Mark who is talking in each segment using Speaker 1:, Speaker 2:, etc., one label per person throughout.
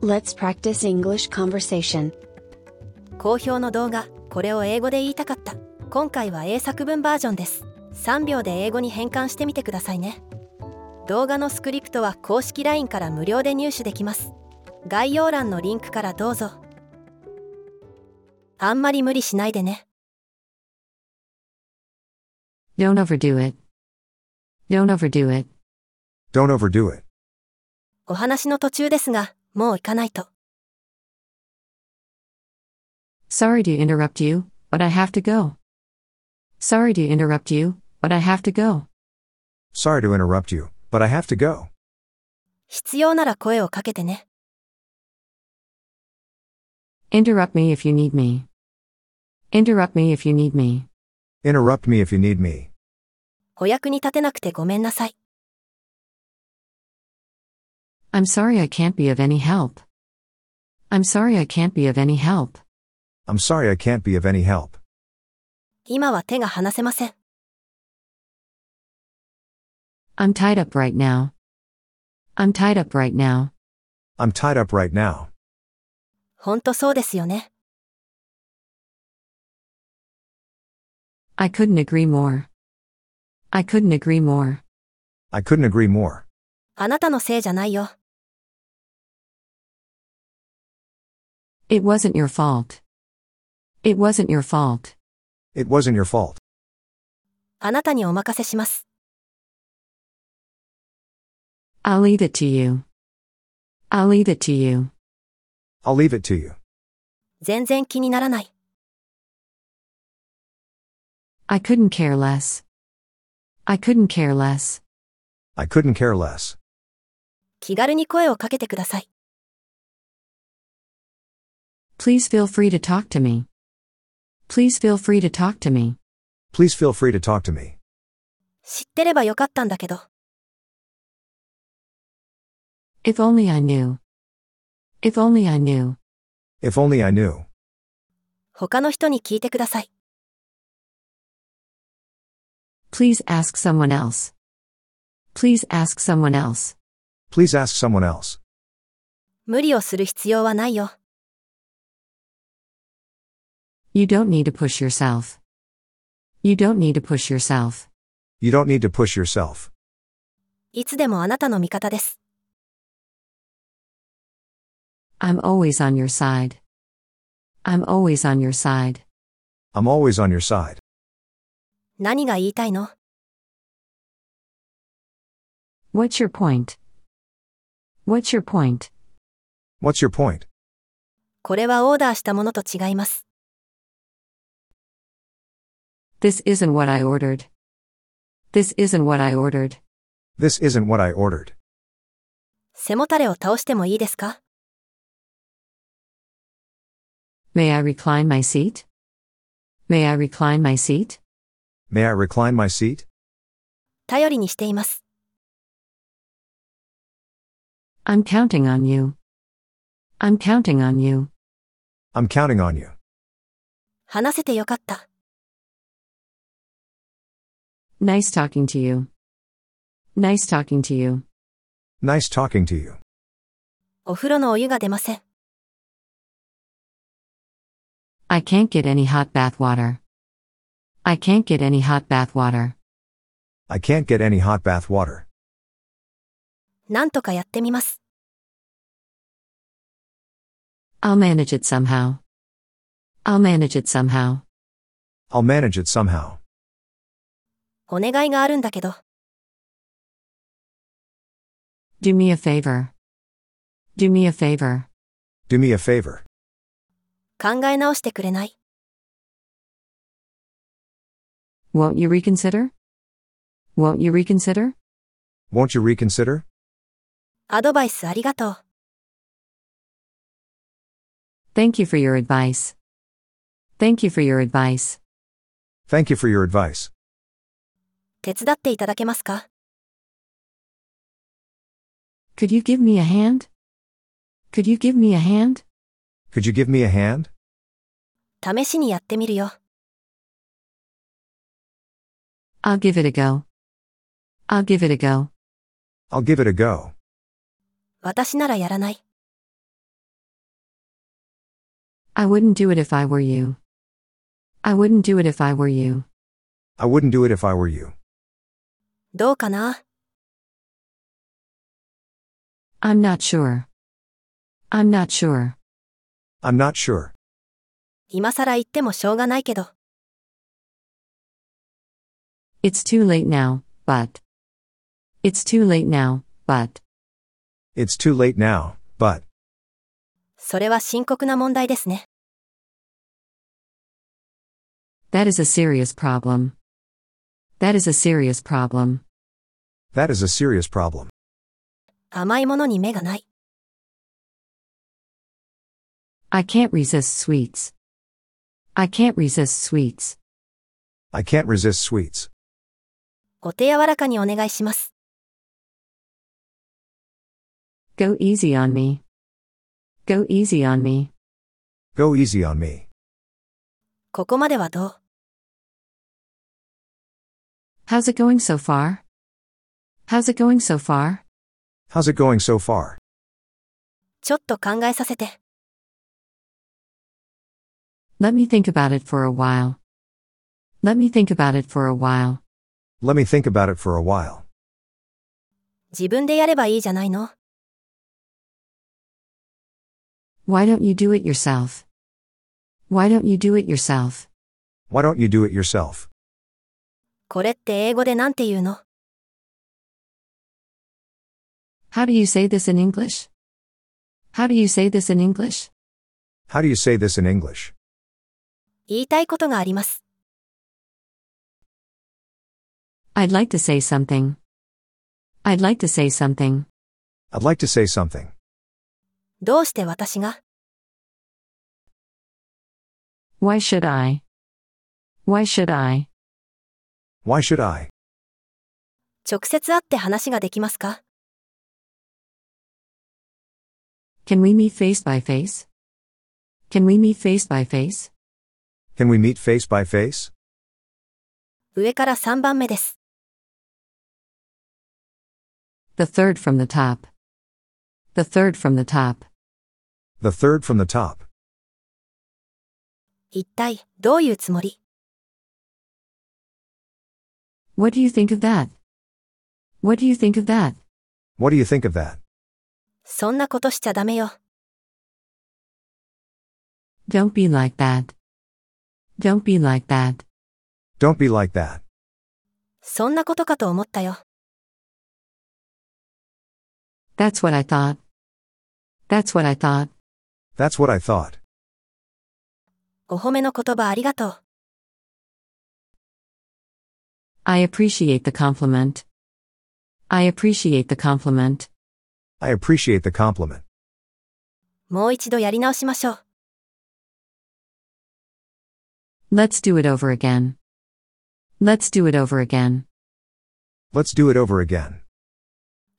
Speaker 1: Let's practice English conversation.
Speaker 2: 好評の動画これを英語で言いたかった今回は英作文バージョンです3秒で英語に変換してみてくださいね動画のスクリプトは公式 LINE から無料で入手できます概要欄のリンクからどうぞあんまり無理しないでね
Speaker 3: Don't overdo it. Don't overdo it.
Speaker 4: Don't overdo it.
Speaker 2: お話の途中ですがもう行かないと
Speaker 3: Sorry to interrupt you, but I have to go. Sorry to interrupt you, but I have to go.
Speaker 4: Sorry to interrupt you, but I have to go.
Speaker 2: 必要なら声をかけてね
Speaker 3: Interrupt me if you need me. Interrupt me if you need me.
Speaker 4: Interrupt me if you need me.
Speaker 2: お役に立てなくてごめんなさい
Speaker 3: I'm sorry I can't be of any help. I'm sorry I can't be of any help.
Speaker 4: I'm sorry I can't be of any help.
Speaker 2: 今は手が離せません
Speaker 3: I'm tied up right now. I'm tied up right now.
Speaker 4: I'm tied up right now.
Speaker 2: ほんとそうですよね
Speaker 3: I couldn't agree more. I couldn't agree more.
Speaker 4: I couldn't agree more.
Speaker 2: あなたのせいじゃないよ
Speaker 3: It wasn't your fault. It wasn't your fault.
Speaker 4: It wasn't your fault.
Speaker 2: あなたにお任せします。
Speaker 3: I'll leave it to you. I'll leave it to you.
Speaker 4: I'll leave it to you.
Speaker 2: 全然気にならない。
Speaker 3: I couldn't care less. I couldn't care less.
Speaker 4: I couldn't care less.
Speaker 2: 気軽に声をかけてください。
Speaker 3: Please feel free to talk to me. Please feel free to talk to me.
Speaker 4: Please feel free to talk to me.
Speaker 2: 知ってればよかったんだけど、
Speaker 3: If only I knew. If only I knew.
Speaker 4: If only I knew.
Speaker 2: 他の人に聞いてください。
Speaker 3: Please ask someone else. Please ask someone else.
Speaker 4: Please ask someone else.
Speaker 2: 無理をする必要はないよ。
Speaker 3: You don't need to push yourself. You don't need to push yourself.
Speaker 4: You don't need to push yourself.
Speaker 2: いつでもあなたの味方です。
Speaker 3: I'm always on your side. I'm always on your side.
Speaker 4: I'm always on your side.
Speaker 2: 何が言いたいの
Speaker 3: What's your point? What's your point?
Speaker 4: What's your point?
Speaker 2: これはオーダーしたものと違います。
Speaker 3: This isn't what I ordered. This isn't what I ordered.
Speaker 4: This isn't what I ordered.
Speaker 2: 背もたれを倒してもいいですか
Speaker 3: May I recline my seat? May I recline my seat?
Speaker 4: May I recline my seat?
Speaker 2: 頼りにしています。
Speaker 3: I'm counting on you. I'm counting on you.
Speaker 4: I'm counting on you.
Speaker 2: 話せてよかった。
Speaker 3: Nice talking to you. Nice talking to you.
Speaker 4: Nice talking to you.
Speaker 2: お風呂のお湯が出ません。
Speaker 3: I can't get any hot bath water. I can't get any hot bath water.
Speaker 4: I can't get any hot bath water.
Speaker 2: なんとかやってみます。
Speaker 3: I'll manage it somehow. I'll manage it somehow.
Speaker 4: I'll manage it somehow.
Speaker 2: お願いがあるんだけど、
Speaker 3: Do me a favor. Do me a favor.
Speaker 4: Do me a favor.
Speaker 2: 考え直してくれない。
Speaker 3: Won't you reconsider? Won't you reconsider?
Speaker 4: Won't you reconsider?
Speaker 2: アドバイスありがとう。
Speaker 3: Thank you for your advice. Thank you for your advice.
Speaker 4: Thank you for your advice.
Speaker 2: 手伝っていただけますか
Speaker 3: Could you give me a hand? Could you give me a hand?
Speaker 4: Could you give me a hand?
Speaker 2: 試しにやってみるよ。
Speaker 3: I'll give it a go. I'll give it a go.
Speaker 4: I'll give it a go.
Speaker 2: 私ならやらない。
Speaker 3: I wouldn't do it if I were you. I wouldn't do it if I were you.
Speaker 4: I wouldn't do it if I were you.
Speaker 2: どうかな
Speaker 3: I'm not sure. I'm not sure.
Speaker 4: I'm not sure.
Speaker 2: 今更言ってもしょうがないけど。
Speaker 3: It's too late now, but. It's too late now, but.
Speaker 4: It's too late now, but.
Speaker 2: それは深刻な問題ですね。
Speaker 3: That is a serious problem. That is a serious problem.
Speaker 4: That is a serious problem.
Speaker 2: 甘いものに目がない。
Speaker 3: I can't resist sweets. I can't resist sweets.
Speaker 4: I can't resist sweets.
Speaker 2: お手柔らかにお願いします。
Speaker 3: Go easy on me. Go easy on me.
Speaker 4: Go easy on me.
Speaker 2: ここまではどう
Speaker 3: How's it going so far? How's it going so far?
Speaker 4: How's it going so far?
Speaker 2: ちょっと考えさせて。
Speaker 3: Let me think about it for a while. Let me think about it for a while.
Speaker 4: Let me think about it for a while.
Speaker 2: 自分でやればいいじゃないの
Speaker 3: Why don't you do it yourself? Why don't you do it yourself?
Speaker 4: Why don't you do it yourself?
Speaker 2: これって英語でなんて言うの
Speaker 3: How do you say this in English? How do you say this in English?
Speaker 4: How do you say this in English?
Speaker 2: 言いたいことがあります。
Speaker 3: I'd like to say something. I'd like to say something.
Speaker 4: I'd like to say something.
Speaker 2: どうして私が
Speaker 3: Why should I? Why should I?
Speaker 4: Why should I?
Speaker 2: 直接会って話ができますか
Speaker 3: Can we meet face by face? Can we meet face by face?
Speaker 4: Can we meet face by face?
Speaker 2: 上から3番目です。
Speaker 3: The third from the top. The third from the top.
Speaker 4: The third from the top.
Speaker 2: 一体、どういうつもり
Speaker 3: What do you think of that? What do you think of that?
Speaker 4: What do you think of that?
Speaker 2: そんなことしちゃダメよ。
Speaker 3: Don't be like that. Don't be like that.
Speaker 4: Don't be like that.
Speaker 2: そんなことかと思ったよ。
Speaker 3: That's what I thought. That's what I thought.
Speaker 4: That's what I thought.
Speaker 2: お褒めの言葉ありがとう。
Speaker 3: I appreciate the compliment. I appreciate the compliment.
Speaker 4: I appreciate the compliment.
Speaker 2: もう一度やり直しましょう。
Speaker 3: Let's do it over again. Let's do it over again.
Speaker 4: Let's do it over again.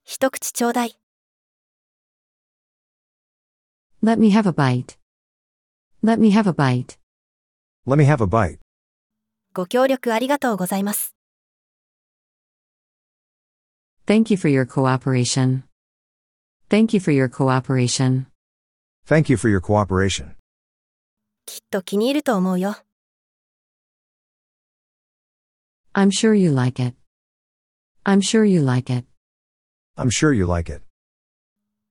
Speaker 2: 一口ちょうだい。
Speaker 3: Let me have a bite. Let me have a bite.
Speaker 4: Let me have a bite.
Speaker 2: ご協力ありがとうございます。
Speaker 3: Thank you for your cooperation. Thank you for your cooperation.
Speaker 4: Thank you for your cooperation.
Speaker 2: きっと気に入ると思うよ。
Speaker 3: I'm sure you like it. I'm sure you like it.
Speaker 4: I'm sure you like it.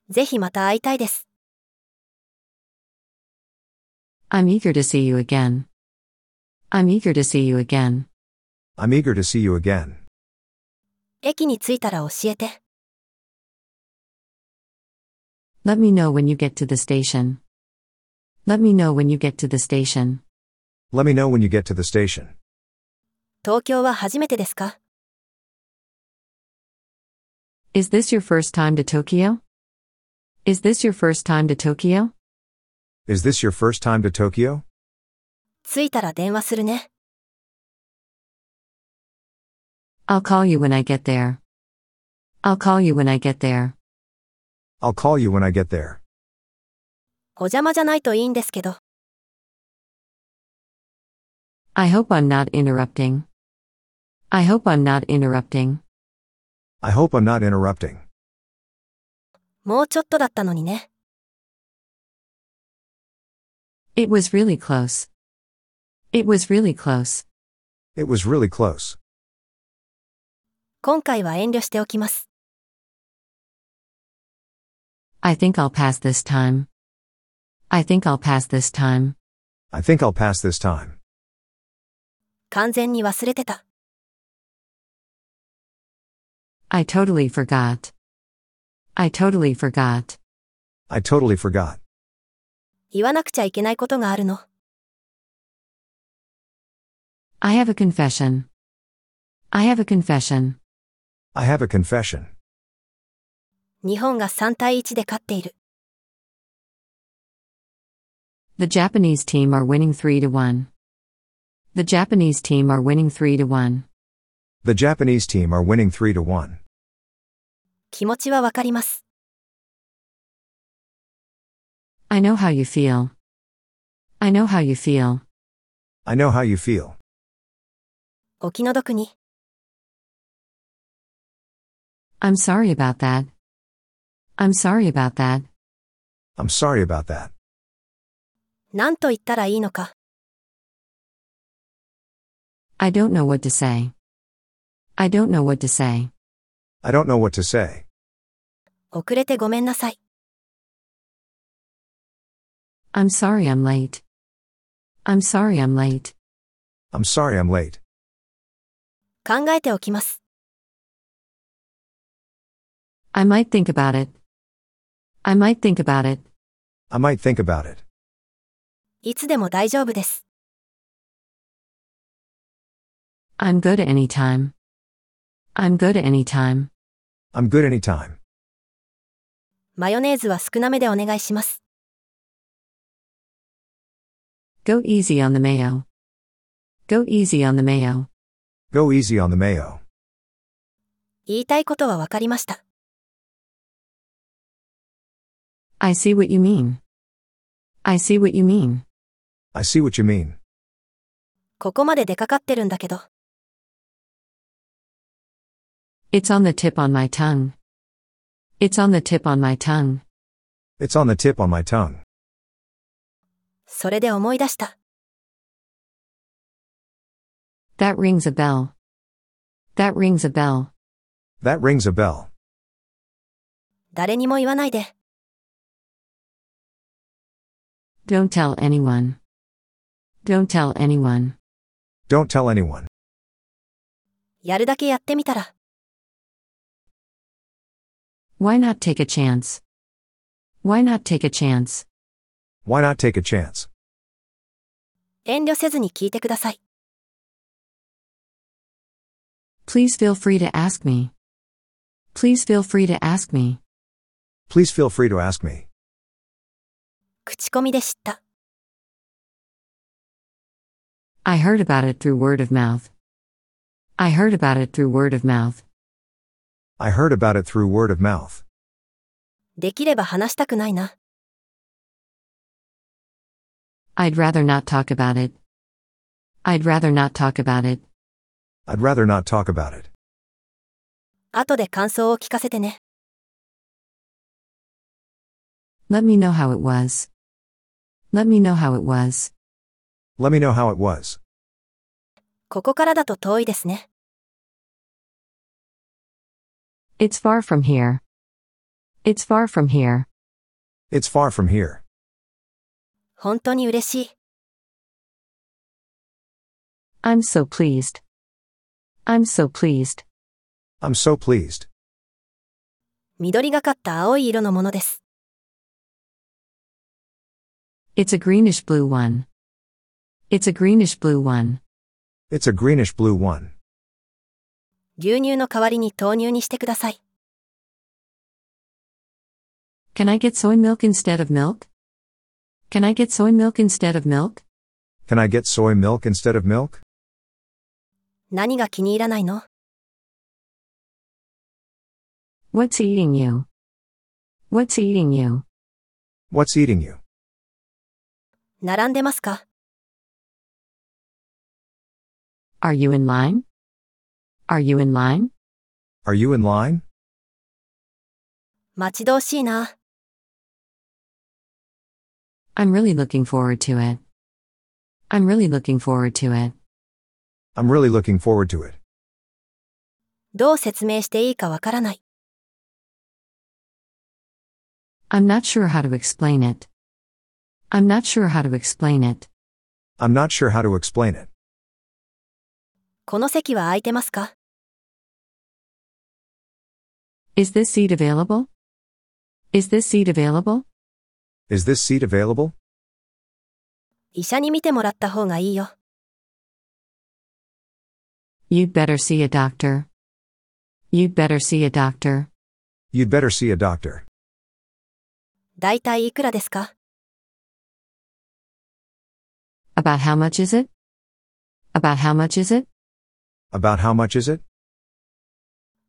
Speaker 2: ぜひまた会いたいです。
Speaker 3: I'm eager to see you again. I'm eager to see you again.
Speaker 4: I'm eager to see you again.
Speaker 2: 駅に着いたら教えて。
Speaker 3: Let me know when you get to the station. Let me know when you get to the station.
Speaker 4: Let me know when you get to the station.
Speaker 2: 東京は初めてですか
Speaker 3: Is this your first time to Tokyo? Is this your first time to Tokyo?
Speaker 4: Is this your first time to Tokyo?
Speaker 2: 着いたら電話するね。
Speaker 3: I'll call you when I get there. I'll call you when I get there.
Speaker 4: I'll call you when I get there.
Speaker 2: お邪魔じゃないといいんですけど。
Speaker 3: I hope I'm not interrupting. I hope I'm not interrupting.
Speaker 4: I hope I'm not interrupting.
Speaker 2: もうちょっとだったのにね。
Speaker 3: It was really close. It was really close.
Speaker 4: It was really close.
Speaker 2: 今回は遠慮しておきます。
Speaker 3: I think I'll pass this time. I think I'll pass this time.
Speaker 4: I think I'll pass this time.
Speaker 2: 完全に忘れてた。
Speaker 3: I totally forgot. I totally forgot.
Speaker 4: I totally forgot.
Speaker 2: 言わなくちゃいけないことがあるの。
Speaker 3: I have a confession. I have a confession.
Speaker 4: I have a confession.
Speaker 2: 日本が3対1で勝っている。
Speaker 3: The Japanese team are winning 3 to 1. The Japanese team are winning 3 to 1.
Speaker 4: The Japanese team are winning 3 to 1.
Speaker 2: 気持ちはわかります。
Speaker 3: I know how you feel. I know how you feel.
Speaker 4: I know how you feel.
Speaker 2: お気の毒に。
Speaker 3: I'm sorry about that. I'm sorry about that.
Speaker 4: I'm sorry about that.
Speaker 2: 何と言ったらいいのか。
Speaker 3: I don't know what to say. I don't know what to say.
Speaker 4: I don't know what to say.
Speaker 2: 遅れてごめんなさい。
Speaker 3: I'm sorry I'm late. I'm sorry I'm late.
Speaker 4: I'm sorry I'm late.
Speaker 2: 考えておきます。
Speaker 3: I might think about it. I might think about it.
Speaker 4: I might think about it.
Speaker 2: いつでも大丈夫です。
Speaker 3: I'm good at any time. I'm good at any time.
Speaker 4: I'm good anytime.
Speaker 2: マヨネーズは少なめでお願いします。
Speaker 3: Go easy on the mayo. Go easy on the mayo.
Speaker 4: Go easy on the mayo.
Speaker 2: 言いたいことはわかりました。
Speaker 3: I see what you mean. I see what you mean.
Speaker 4: I see what you mean.
Speaker 2: ここまで出かかってるんだけど。
Speaker 3: It's on the tip on my tongue. It's on the tip on my tongue.
Speaker 4: It's on the tip on my tongue.
Speaker 2: それで思い出した。
Speaker 3: That rings a bell. That rings a bell.
Speaker 4: That rings a bell.
Speaker 2: 誰にも言わないで。
Speaker 3: Don't tell anyone. Don't tell anyone.
Speaker 4: Don't tell anyone.
Speaker 2: やるだけやってみたら。
Speaker 3: Why not take a chance? Why not take a chance?
Speaker 4: Why not take a chance?
Speaker 2: 遠慮せずに聞いてください。
Speaker 3: Please feel free to ask me. Please feel free to ask me.
Speaker 4: Please feel free to ask me.
Speaker 2: 口コミで知った。
Speaker 3: I heard about it through word of mouth. I heard about it through word of mouth.
Speaker 4: I heard about it through word of mouth.
Speaker 2: できれば話したくないな。
Speaker 3: I'd rather not talk about it. I'd rather not talk about it.
Speaker 4: I'd rather not talk about it.
Speaker 2: 後で感想を聞かせてね。
Speaker 3: Let me know how it was. Let me know how it was.
Speaker 4: Let me know how it was.
Speaker 2: ここからだと遠いですね。
Speaker 3: It's far from here. It's far from here.
Speaker 4: It's far from here.
Speaker 2: 本当に嬉しい。
Speaker 3: I'm so pleased. I'm so pleased.
Speaker 4: I'm so pleased.
Speaker 2: 緑がかった青い色のものです。
Speaker 3: It's a greenish blue one. It's a greenish blue one.
Speaker 4: It's a greenish blue one.
Speaker 2: 牛乳の代わりに豆乳にしてください。
Speaker 3: Can I get soy milk instead of milk? Can I get soy milk instead of milk?
Speaker 4: Can I get soy milk instead of milk?
Speaker 2: 何が気に入らないの
Speaker 3: What's eating you? What's eating you?
Speaker 4: What's eating you?
Speaker 2: 並んでますか
Speaker 3: Are you in line? Are you in line?
Speaker 4: Are you in line?
Speaker 2: 待ち遠しいな。
Speaker 3: I'm really looking forward to it. I'm really looking forward to it.
Speaker 4: I'm really looking forward to it.
Speaker 2: どう説明していいかわからない。
Speaker 3: I'm not sure how to explain it. I'm not sure how to explain it.
Speaker 4: I'm not sure how to explain it.
Speaker 2: この席は空いてますか
Speaker 3: Is this seat available? Is this seat available?
Speaker 4: Is this seat available?
Speaker 2: 医者に見てもらった方がいいよ。
Speaker 3: You'd better see a doctor. You'd better see a doctor.
Speaker 4: You'd better see a doctor.
Speaker 2: だいたいいくらですか
Speaker 3: About how much is it? About how much is it?
Speaker 4: About how much is it?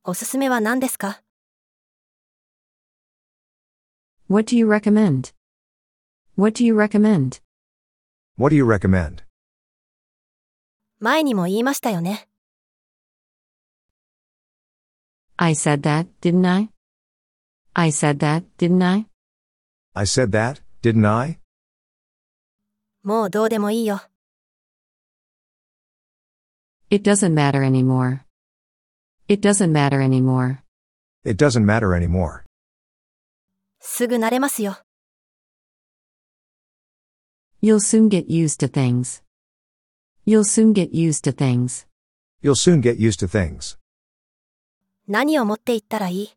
Speaker 2: おすすめは何ですか
Speaker 3: What do you recommend? What do you recommend?
Speaker 4: What do you recommend?
Speaker 2: 前にも言いましたよね。
Speaker 3: I said that, didn't I? I said that, didn't I?
Speaker 4: I said that, didn't I?
Speaker 2: もうどうでもいいよ。
Speaker 3: It doesn't matter anymore. It doesn't matter anymore.
Speaker 4: It doesn't matter anymore.
Speaker 2: すぐ慣れますよ。
Speaker 3: You'll soon get used to things. You'll soon get used to things.
Speaker 4: You'll soon get used to things.
Speaker 2: 何を持って行ったらいい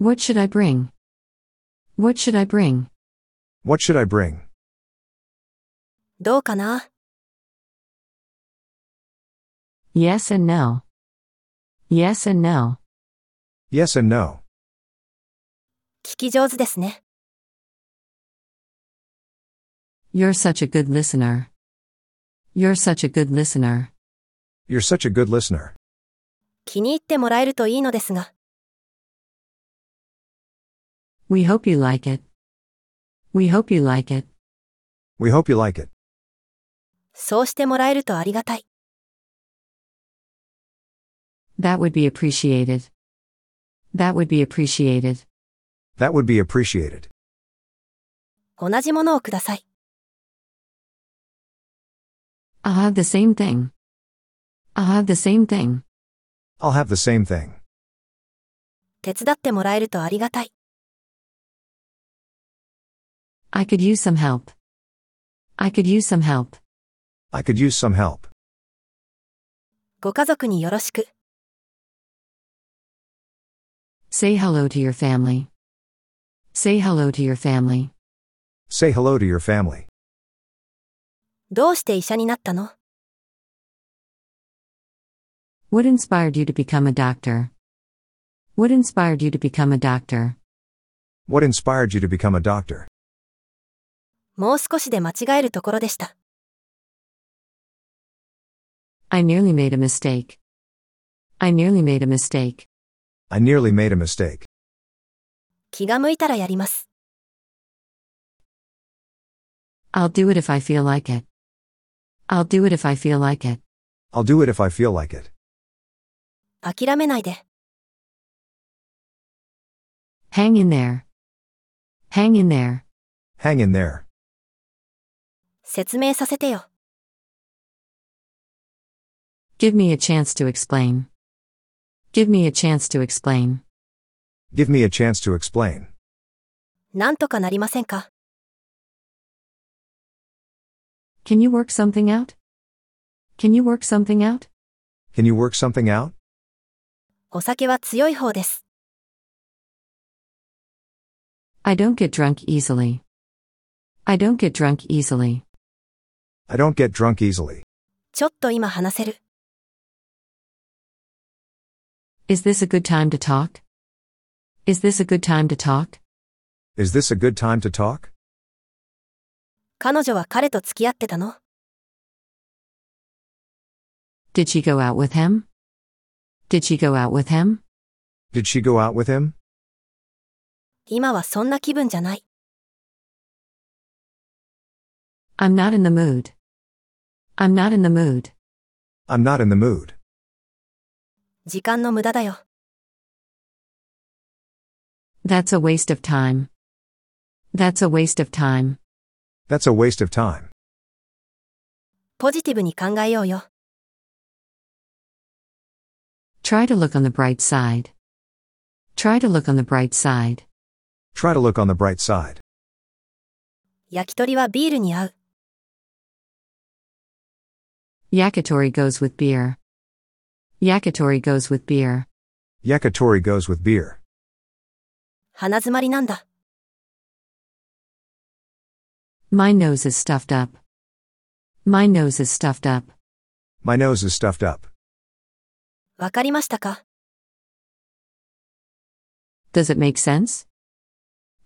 Speaker 3: What should I bring? What should I bring?
Speaker 4: What should I bring?
Speaker 2: どうかな
Speaker 3: Yes and no. Yes and no.
Speaker 4: Yes and no.
Speaker 2: 聞き上手ですね。
Speaker 3: You're such a good listener. You're such a good listener.
Speaker 4: You're such a good listener.
Speaker 2: 気に入ってもらえるといいのですが、
Speaker 3: We hope you like it. We hope you like it.
Speaker 4: We hope you like it.
Speaker 2: そうしてもらえるとありがたい。
Speaker 3: That would be appreciated. That would be appreciated.
Speaker 4: That would be appreciated.
Speaker 2: 同じものをください。
Speaker 3: I'll have the same thing. I'll have the same thing.
Speaker 4: I'll have the same thing.
Speaker 2: 手伝ってもらえるとありがたい。
Speaker 3: I could use some help. I could use some help.
Speaker 4: I could use some help.
Speaker 2: ご家族によろしく。
Speaker 3: Say hello to your family. Say hello to your family.
Speaker 4: Say hello to your family.
Speaker 2: どうして医者になったの
Speaker 3: What inspired you to become a doctor? What inspired you to become a doctor?
Speaker 4: What inspired you to become a doctor?
Speaker 2: もう少しで間違えるところでした。
Speaker 3: I nearly made a mistake. I nearly made a mistake.
Speaker 4: I nearly made a mistake.
Speaker 2: 気が向いたらやります。
Speaker 3: I'll do it if I feel like it. I'll do it if I feel like it.
Speaker 4: I'll do it if I feel like it.
Speaker 2: 諦めないで。
Speaker 3: Hang in there. Hang in there.
Speaker 4: Hang in there.
Speaker 2: 説明させてよ。
Speaker 3: Give me a chance to explain. Give me a chance to explain.
Speaker 4: Give me a chance to explain.
Speaker 2: なんとかなりませんか
Speaker 3: Can you work something out? Can you work something out?
Speaker 4: Can you work something out?
Speaker 2: お酒は強い方です。
Speaker 3: I don't get drunk easily. I don't get drunk easily.
Speaker 4: I don't get drunk easily.
Speaker 2: ちょっと今話せる。
Speaker 3: Is this a good time to talk? Is this a good time to talk?
Speaker 4: Is this a good time to talk?
Speaker 2: 彼女は彼と付き合ってたの
Speaker 3: Did she go out with him? Did she go out with him?
Speaker 4: Did she go out with him?
Speaker 2: 今はそんな気分じゃない。
Speaker 3: I'm not in the mood. I'm not in the mood.
Speaker 4: I'm not in the mood.
Speaker 2: 時間の無駄だよ。
Speaker 3: That's a waste of time. That's a waste of time.
Speaker 4: That's a waste of time.
Speaker 2: ポジティブに考えようよ。
Speaker 3: Try to look on the bright side. Try to look on the bright side.
Speaker 4: Try to look on the bright side.
Speaker 2: 焼き鳥はビールに合う。
Speaker 3: Yakitori goes with beer. Yakitori goes with beer.
Speaker 4: Yakitori goes with beer.
Speaker 2: 鼻詰まりなんだ。
Speaker 3: My nose is stuffed up. My nose is stuffed up.
Speaker 4: My nose is stuffed up.
Speaker 2: わかりましたか
Speaker 3: Does it make sense?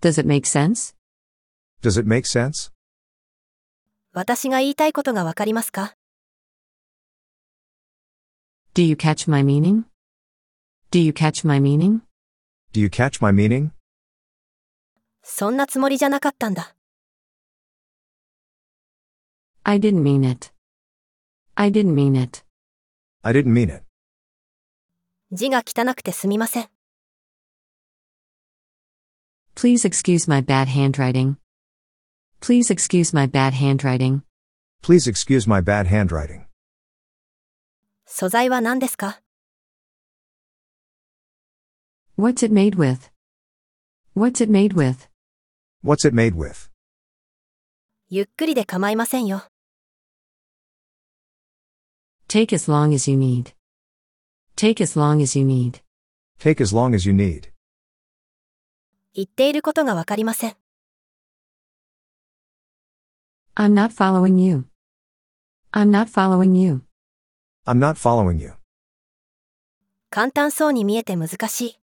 Speaker 3: Does it make sense?
Speaker 4: Does it make sense?
Speaker 2: 私が言いたいことがわかりますか
Speaker 3: Do you catch my meaning? Do you catch my meaning?
Speaker 4: Do you catch my meaning?
Speaker 2: そんなつもりじゃなかったんだ。
Speaker 3: I didn't mean it. I didn't mean it.
Speaker 4: I didn't mean it.
Speaker 2: 字が汚くてすみません。
Speaker 3: Please excuse my bad handwriting. Please excuse my bad handwriting.
Speaker 4: Please excuse my bad handwriting.
Speaker 2: 素材は何ですか
Speaker 3: What's it made with? What's it made with?
Speaker 4: What's it made with?
Speaker 2: ゆっくりで構いませんよ。
Speaker 3: Take as long as you need. Take as long as you need.
Speaker 4: Take as long as you need.
Speaker 2: 言っていることがわかりません。
Speaker 3: I'm not following you. I'm not following you.
Speaker 4: I'm not following you.
Speaker 2: 簡単そうに見えて難しい。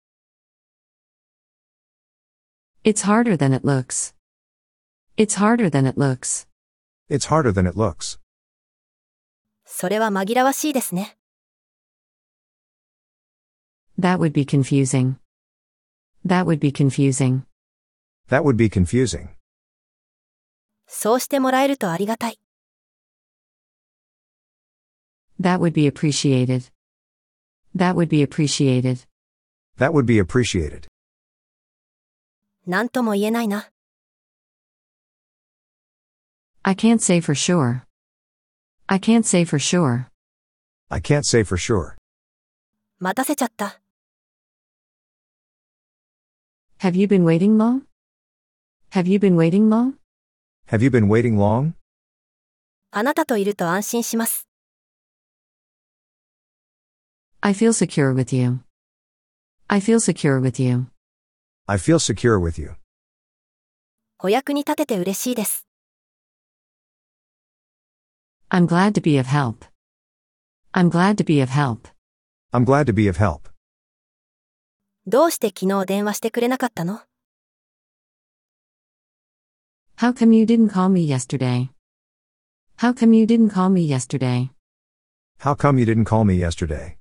Speaker 3: It's harder than it looks. It's harder than it looks.
Speaker 4: It's harder than it looks.
Speaker 2: それは紛らわしいですね。
Speaker 3: That would be confusing. That would be confusing.
Speaker 4: That would be confusing.
Speaker 2: そうしてもらえるとありがたい。
Speaker 3: That would be appreciated. That would be appreciated.
Speaker 4: That would be appreciated.
Speaker 2: なんとも言えないな。
Speaker 3: I can't say for sure. I can't say for sure.
Speaker 4: I can't say for sure.
Speaker 2: 待たせちゃった。
Speaker 3: Have you been waiting long? Have you been waiting long?
Speaker 4: Have you been waiting long?
Speaker 2: あなたといると安心します。
Speaker 3: I feel secure with you. I feel secure with you.
Speaker 4: I feel secure with you.
Speaker 2: お役に立てて嬉しいです。
Speaker 3: I'm glad to be of help. I'm glad to be of help.
Speaker 4: I'm glad to be of help.
Speaker 2: どうして昨日電話してくれなかったの
Speaker 3: How come you didn't call me yesterday? How come you didn't call me yesterday?
Speaker 4: How come you didn't call me yesterday?